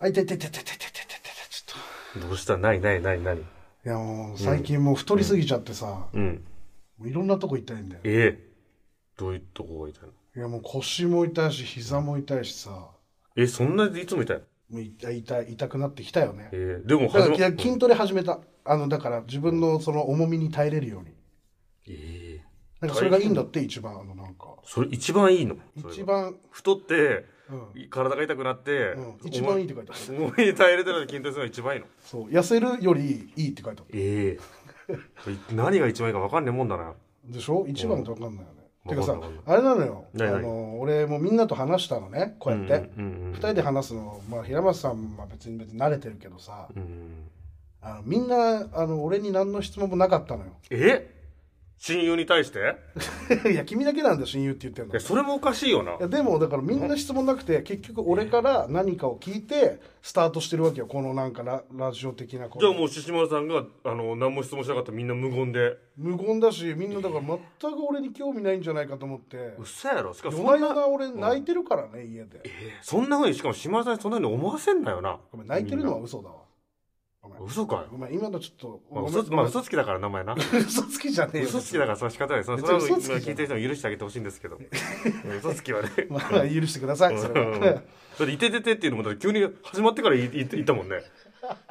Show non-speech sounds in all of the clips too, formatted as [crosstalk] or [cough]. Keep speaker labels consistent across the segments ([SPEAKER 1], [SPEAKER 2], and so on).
[SPEAKER 1] あ、痛い痛い痛い痛い痛い痛い痛い痛いちょっ
[SPEAKER 2] どうしたないないないない。
[SPEAKER 1] と。いやもう、最近もう太りすぎちゃってさ、も
[SPEAKER 2] うん。
[SPEAKER 1] ういろんなとこ痛いんだよ。
[SPEAKER 2] ええ。どういうとこが痛いの
[SPEAKER 1] いやもう腰も痛いし、膝も痛いしさ、も
[SPEAKER 2] え、そんなでいつも痛いの
[SPEAKER 1] う痛い、痛い、痛くなってきたよね。
[SPEAKER 2] ええ。でも
[SPEAKER 1] だから
[SPEAKER 2] 始ま
[SPEAKER 1] いや筋トレ始めた。あの、だから自分のその重みに耐えれるように。
[SPEAKER 2] ええ。
[SPEAKER 1] なんかそれがいいんだって、一番、あの、なんか。
[SPEAKER 2] それ一番いいのそれ
[SPEAKER 1] 一
[SPEAKER 2] が
[SPEAKER 1] 番、
[SPEAKER 2] 太って、
[SPEAKER 1] うん、
[SPEAKER 2] 体が痛くなって、
[SPEAKER 1] うん、一番いいって書いてある。
[SPEAKER 2] お前。重いに耐えれてるので筋トレするのが一番いいの
[SPEAKER 1] そう、痩せるよりいいって書いてある。
[SPEAKER 2] ええい [laughs] 何が一番いいか分かんねえもんだな。
[SPEAKER 1] でしょ一番ってわかんないよね。
[SPEAKER 2] うん
[SPEAKER 1] てかさ
[SPEAKER 2] わかんないわ、
[SPEAKER 1] あれなのよ。あ
[SPEAKER 2] ないない
[SPEAKER 1] の、俺もみんなと話したのね、こうやって。
[SPEAKER 2] うんうんうんうん
[SPEAKER 1] 二人で話すの、まあ、平松さんは別に別に慣れてるけどさ、
[SPEAKER 2] うん。
[SPEAKER 1] あのみんな、あの、俺に何の質問もなかったのよ。 [laughs]
[SPEAKER 2] え親友に対して
[SPEAKER 1] いや、君だけなんだよ、親友って言ってる
[SPEAKER 2] いや、
[SPEAKER 1] の。
[SPEAKER 2] それもおかしいよな。
[SPEAKER 1] いやでもだからみんな質問なくて結局俺から何かを聞いてスタートしてるわけよこのなんかララジオ的なこ
[SPEAKER 2] じゃあ
[SPEAKER 1] と
[SPEAKER 2] もう獅子丸さんが、あの、何も質問しなかったらみんな無言で。
[SPEAKER 1] 無言だしみんなだから全く俺に興味ないんじゃないかと思って
[SPEAKER 2] 嘘やろしかもそん
[SPEAKER 1] 夜な
[SPEAKER 2] な、
[SPEAKER 1] 夜な俺泣いてるからね家で
[SPEAKER 2] そんな風に、しかも獅子丸さんにそんな風に思わせんなよな。
[SPEAKER 1] ごめん泣いてるのは嘘だわ
[SPEAKER 2] 嘘かよ。
[SPEAKER 1] ごめん今のちょっと
[SPEAKER 2] まあ、
[SPEAKER 1] ごめん
[SPEAKER 2] 嘘つ、まあ、嘘つきだから名前な。
[SPEAKER 1] 嘘つきじゃねえよ
[SPEAKER 2] 嘘つきだからそれは仕方ない。それ
[SPEAKER 1] 別
[SPEAKER 2] それ
[SPEAKER 1] に嘘
[SPEAKER 2] は
[SPEAKER 1] つきじゃん
[SPEAKER 2] 聞いてる人に許してあげてほしいんですけど。うん嘘つき
[SPEAKER 1] [laughs]
[SPEAKER 2] はね。
[SPEAKER 1] まあ許してくださいそれ
[SPEAKER 2] うん
[SPEAKER 1] は
[SPEAKER 2] だって、いてててっていうのも、だって急に始まってから言い言ったもんね。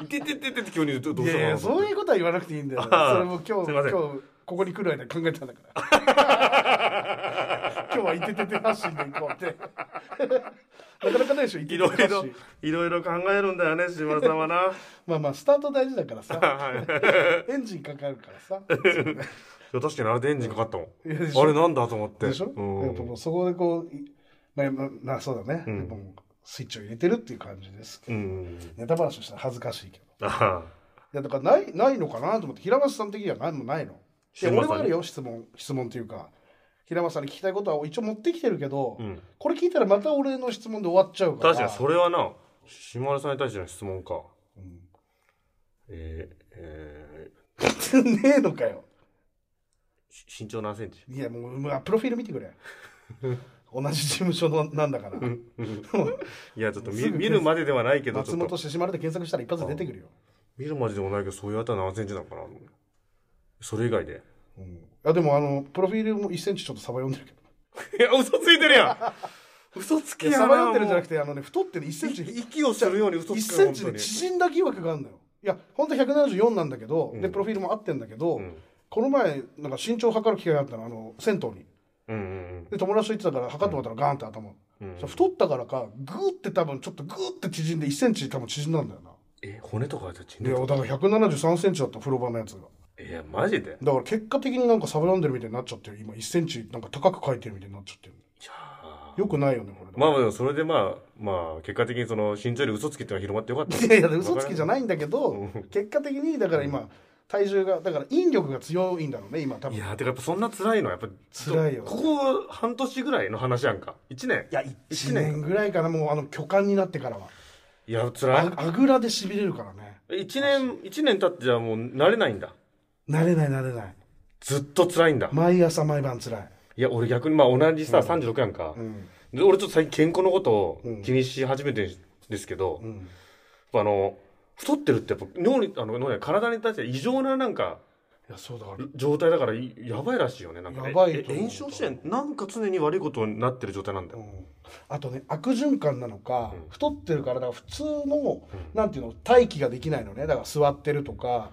[SPEAKER 2] いててててって急にどう
[SPEAKER 1] い
[SPEAKER 2] した
[SPEAKER 1] やいや
[SPEAKER 2] の
[SPEAKER 1] そういうことは言わなくていいんだよそ
[SPEAKER 2] あー
[SPEAKER 1] れも今日
[SPEAKER 2] すいません
[SPEAKER 1] 今日ここに来る間に考えたんだから
[SPEAKER 2] [laughs]
[SPEAKER 1] 今日はいててて発信で行こうって [laughs] なかなかないでしょい
[SPEAKER 2] い
[SPEAKER 1] てて
[SPEAKER 2] ろ
[SPEAKER 1] て
[SPEAKER 2] い
[SPEAKER 1] 発
[SPEAKER 2] ろ
[SPEAKER 1] 信、
[SPEAKER 2] いろいろ考えるんだよね、島田さん
[SPEAKER 1] [laughs]
[SPEAKER 2] はな。
[SPEAKER 1] まあまあスタート大事だからさ
[SPEAKER 2] はい
[SPEAKER 1] エンジンかかるから
[SPEAKER 2] [laughs]
[SPEAKER 1] さ
[SPEAKER 2] いや確かにあれでエンジンかかったもん。
[SPEAKER 1] いやでしょ
[SPEAKER 2] あれなんだと思って。
[SPEAKER 1] でしょ、
[SPEAKER 2] うん
[SPEAKER 1] やっぱもうそこでこういまあまあまあそうだね、やっぱもうスイッチを入れてるっていう感じですけど、
[SPEAKER 2] うん。
[SPEAKER 1] ネタ話をしたら恥ずかしいけど
[SPEAKER 2] ああ。
[SPEAKER 1] いやだからないないのかなと思って平松さん的には何もないのい
[SPEAKER 2] 知
[SPEAKER 1] や
[SPEAKER 2] りま
[SPEAKER 1] 俺
[SPEAKER 2] せん
[SPEAKER 1] はあるよ質問質問っていうか平松さんに聞きたいことは一応持ってきてるけど、
[SPEAKER 2] うん
[SPEAKER 1] これ聞いたらまた俺の質問で終わっちゃうから
[SPEAKER 2] 確かにそれはな、島田さんに対しての質問か。えー、え
[SPEAKER 1] [laughs] ねえのかよ
[SPEAKER 2] ーし身長
[SPEAKER 1] [laughs]
[SPEAKER 2] 何センチ
[SPEAKER 1] いやもう、まあ、プロフィール見てくれ同じ事務所のなんだから
[SPEAKER 2] いや、ちょっと
[SPEAKER 1] す
[SPEAKER 2] 見
[SPEAKER 1] ぐ
[SPEAKER 2] 見るまでではないけど、
[SPEAKER 1] 松
[SPEAKER 2] ちょっと
[SPEAKER 1] 本獅子丸で検索したら一発で出てくるよ、
[SPEAKER 2] 見るまででもないけど、そういうあたり何センチなのかなそれ以外で。
[SPEAKER 1] うん、あでもあのプロフィールも1センチちょっとサバ読んでるけど
[SPEAKER 2] いや、嘘ついてるやん [laughs] 嘘つ
[SPEAKER 1] い
[SPEAKER 2] き
[SPEAKER 1] や
[SPEAKER 2] や
[SPEAKER 1] サ
[SPEAKER 2] な
[SPEAKER 1] バ読んでるんじゃなく
[SPEAKER 2] て。
[SPEAKER 1] てあのね太ってね1センチ
[SPEAKER 2] い息をするように嘘
[SPEAKER 1] 1
[SPEAKER 2] つく
[SPEAKER 1] センチで
[SPEAKER 2] 本当に
[SPEAKER 1] 縮んだ疑惑があるのよいや本当174なんだけど、でプロフィールも合ってんだけど、
[SPEAKER 2] ん
[SPEAKER 1] この前なんか身長測る機会があったのあの銭湯に
[SPEAKER 2] うんうん
[SPEAKER 1] で友達と行ってたから測ってもらったらガーンって頭、
[SPEAKER 2] うん
[SPEAKER 1] そしたら太ったからかグーって多分ちょっとグーって縮んで1センチ多分縮んだんだよな
[SPEAKER 2] うん。え、骨とかやったらちん
[SPEAKER 1] いやだから173センチだった風呂場のやつが
[SPEAKER 2] いや、マジでいや
[SPEAKER 1] だから結果的になんかサバ読んでるみたいになっちゃってる今1センチなんか高く書いてるみたいになっちゃってる
[SPEAKER 2] ー
[SPEAKER 1] よくないよねこれ
[SPEAKER 2] まあまあでもそれでまあまあ結果的にその身長より嘘つきっていうのが広まってよかった
[SPEAKER 1] いやいや嘘つきじゃないんだけど結果的にだから今体重がだから引力が強いんだろうね今多分
[SPEAKER 2] い
[SPEAKER 1] いや
[SPEAKER 2] やてかやっぱそんな辛いのはやっぱ
[SPEAKER 1] 辛いよ
[SPEAKER 2] ここ半年ぐらいの話やんか1年
[SPEAKER 1] 1年ぐらいかなもうあの巨漢になってからはい
[SPEAKER 2] や辛い
[SPEAKER 1] ああぐらでしびれるからね
[SPEAKER 2] 1年一年経ってじゃあもう慣れないんだ
[SPEAKER 1] 慣れない慣れない
[SPEAKER 2] ずっと辛いんだ
[SPEAKER 1] 毎朝毎晩つらい
[SPEAKER 2] いや俺逆にまあ同じさ36やんか
[SPEAKER 1] うん
[SPEAKER 2] で俺ちょっと最近健康のことを気にし始めてるんですけど
[SPEAKER 1] うん
[SPEAKER 2] あの太ってるってやっぱ脳にあの脳に体に対して異常ななんか
[SPEAKER 1] いやそうだから
[SPEAKER 2] 状態だからいやばいらしいよねなんかね
[SPEAKER 1] やばいと思
[SPEAKER 2] え
[SPEAKER 1] う
[SPEAKER 2] 炎症してんなんか常に悪いことになってる状態なんだ
[SPEAKER 1] う
[SPEAKER 2] よ、
[SPEAKER 1] んあとね悪循環なのか、
[SPEAKER 2] うん
[SPEAKER 1] 太ってる体が普通の、なんていうの待機ができないのねだから座ってると
[SPEAKER 2] [laughs]
[SPEAKER 1] か、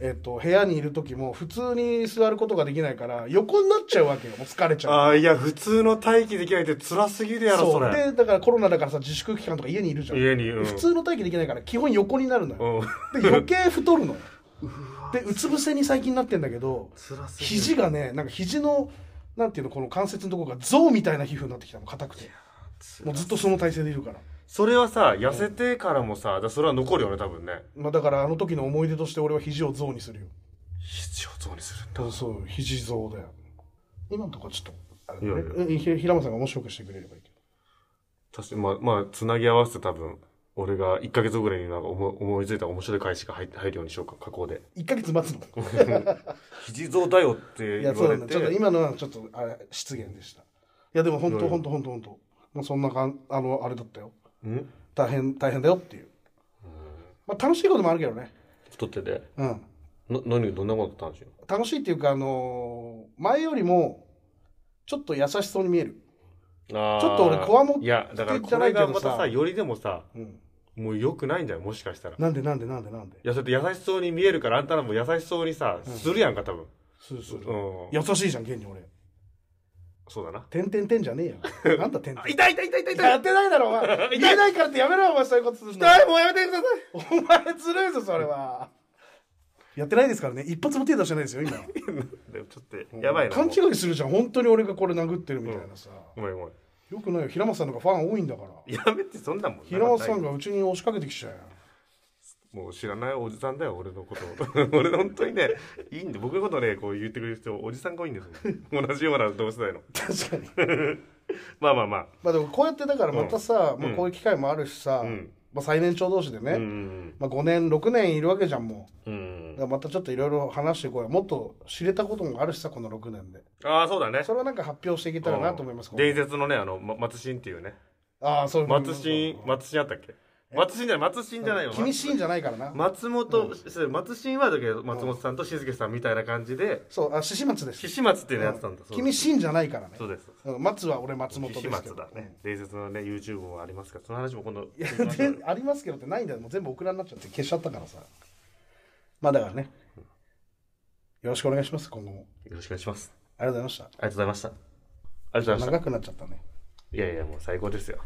[SPEAKER 1] えっと部屋にいる時も普通に座ることができないから横になっちゃうわけよもう疲れちゃう
[SPEAKER 2] ああいや普通の待機できないって辛すぎるやろそ
[SPEAKER 1] そう
[SPEAKER 2] れ
[SPEAKER 1] でだからコロナだからさ自粛期間とか家にいるじゃん
[SPEAKER 2] 家に、うん、
[SPEAKER 1] 普通の待機できないから基本横になるのよ、
[SPEAKER 2] うん
[SPEAKER 1] で余計太るのよでうつ伏せに最近なってんだけど
[SPEAKER 2] 辛すぎる
[SPEAKER 1] 肘がねなんか肘のなんていうのこの関節のところが象みたいな皮膚になってきたの硬くてもうずっとその体勢でいるから、
[SPEAKER 2] それはさ痩せてからもさだからそれは残るよね多分ね
[SPEAKER 1] まあ、だからあの時の思い出として俺は肘を象にするよ
[SPEAKER 2] 必要そうにするんだ
[SPEAKER 1] そうそう肘象だよ今のところちょっとあれだね
[SPEAKER 2] い
[SPEAKER 1] うんひ平間さんが面白くしてくれればいいけど
[SPEAKER 2] 確かにまあまあつなぎ合わせて多分俺が1ヶ月後ぐらいになんか思い思いついた面白い返しが入入るようにしようか加工で
[SPEAKER 1] 1ヶ月待つの
[SPEAKER 2] 肘臓だよって
[SPEAKER 1] い
[SPEAKER 2] 言
[SPEAKER 1] やそうな
[SPEAKER 2] われ
[SPEAKER 1] んだ
[SPEAKER 2] て
[SPEAKER 1] ちょっと今のはちょっとあれ失言でしたいやでも本
[SPEAKER 2] いや
[SPEAKER 1] 当
[SPEAKER 2] いや
[SPEAKER 1] 本当本当本当もうそんなかんあのあれだったよ
[SPEAKER 2] うん
[SPEAKER 1] 大変大変だよっていうまあ、楽しいこともあるけどね
[SPEAKER 2] 太ってて。
[SPEAKER 1] うん
[SPEAKER 2] な、何、どんなことだったんですよ。
[SPEAKER 1] 楽しいっていうかあのー前よりもちょっと優しそうに見える
[SPEAKER 2] ちょ
[SPEAKER 1] ちょっと俺こわも
[SPEAKER 2] いや、だから
[SPEAKER 1] って言っ
[SPEAKER 2] これ
[SPEAKER 1] ちゃない
[SPEAKER 2] が
[SPEAKER 1] けど
[SPEAKER 2] ま
[SPEAKER 1] さ
[SPEAKER 2] たさ、よりでもさ、
[SPEAKER 1] うん
[SPEAKER 2] もう良くないんだよ、もしかしたら。い
[SPEAKER 1] なんでなんでなんでなんで
[SPEAKER 2] や、それって優しそうに見えるから、あんたらも優しそうにさ、
[SPEAKER 1] うん
[SPEAKER 2] するやんか、多分。
[SPEAKER 1] そうそう
[SPEAKER 2] うん。
[SPEAKER 1] 優しいじゃん現に俺
[SPEAKER 2] そうだな。
[SPEAKER 1] てんてんてんじゃねえ
[SPEAKER 2] [laughs]
[SPEAKER 1] よなんだてんてん
[SPEAKER 2] あ痛い痛い痛い痛い痛い
[SPEAKER 1] やってないだろお前
[SPEAKER 2] 痛い
[SPEAKER 1] 言えないからってやめろお前そういうことするの
[SPEAKER 2] 痛いもうやめてくださ
[SPEAKER 1] お前ずるいぞそれはやってないですからね一発も手出してないですよ今
[SPEAKER 2] い。でもちょっと、やばいな。
[SPEAKER 1] 勘違いするじゃん本当に俺がこれ殴ってるみたいなさ、
[SPEAKER 2] もう。ごめんごめん。
[SPEAKER 1] よくないよ平松さんの方がファン多いんだから
[SPEAKER 2] やめて、そんなもん。
[SPEAKER 1] 平松さん
[SPEAKER 2] が。
[SPEAKER 1] がうちに押しかけてきちゃうよ
[SPEAKER 2] もう知らないおじさんだよ、俺のこと。 [laughs] 俺本当にね、いいんで、僕のことね、こう言ってくれる人、おじさんが多いんですよ。同じような同世代の。
[SPEAKER 1] 確かに
[SPEAKER 2] まあまあまあ。
[SPEAKER 1] まあでもこうやってだからまたさ、
[SPEAKER 2] ん
[SPEAKER 1] まあ、こういう機会もあるしさ、
[SPEAKER 2] うん
[SPEAKER 1] まあ、最年長同士でね、
[SPEAKER 2] うん
[SPEAKER 1] まあ、5年6年いるわけじゃんも
[SPEAKER 2] うんう
[SPEAKER 1] うんだからまたちょっといろいろ話していこうよもっと知れたこともあるしさこの6年で
[SPEAKER 2] ああ、そうだね。
[SPEAKER 1] それはなんか発表していけたらなと思います
[SPEAKER 2] うん伝説のね、あの、ま松新っていうね。
[SPEAKER 1] ああそう
[SPEAKER 2] 松新、松新あったっけ松新じゃない、松新じゃないよ。
[SPEAKER 1] 君シーンじゃないからな、
[SPEAKER 2] 松本、そう松新はだけど、松本さんと静けさんみたいな感じで、
[SPEAKER 1] そうあ獅子松です
[SPEAKER 2] 菱松っていうのやってたんだ。そう
[SPEAKER 1] 君シーンじゃないからね
[SPEAKER 2] そうです。
[SPEAKER 1] うん松は俺松本です
[SPEAKER 2] 菱
[SPEAKER 1] けど
[SPEAKER 2] 松だね。伝説のね、YouTube もありますから、その話も今度。
[SPEAKER 1] いやでありますけどってないんだよもう全部オクラになっちゃって消しちゃったからさまあだからねよろしくお願いします今後も
[SPEAKER 2] よろしくお願いします。
[SPEAKER 1] ありがとうござい
[SPEAKER 2] ありがとうございました。あ
[SPEAKER 1] ま
[SPEAKER 2] りがとうご
[SPEAKER 1] した
[SPEAKER 2] ざいまし
[SPEAKER 1] 長くなっちゃったね
[SPEAKER 2] た。いやいや、もう最高ですよ。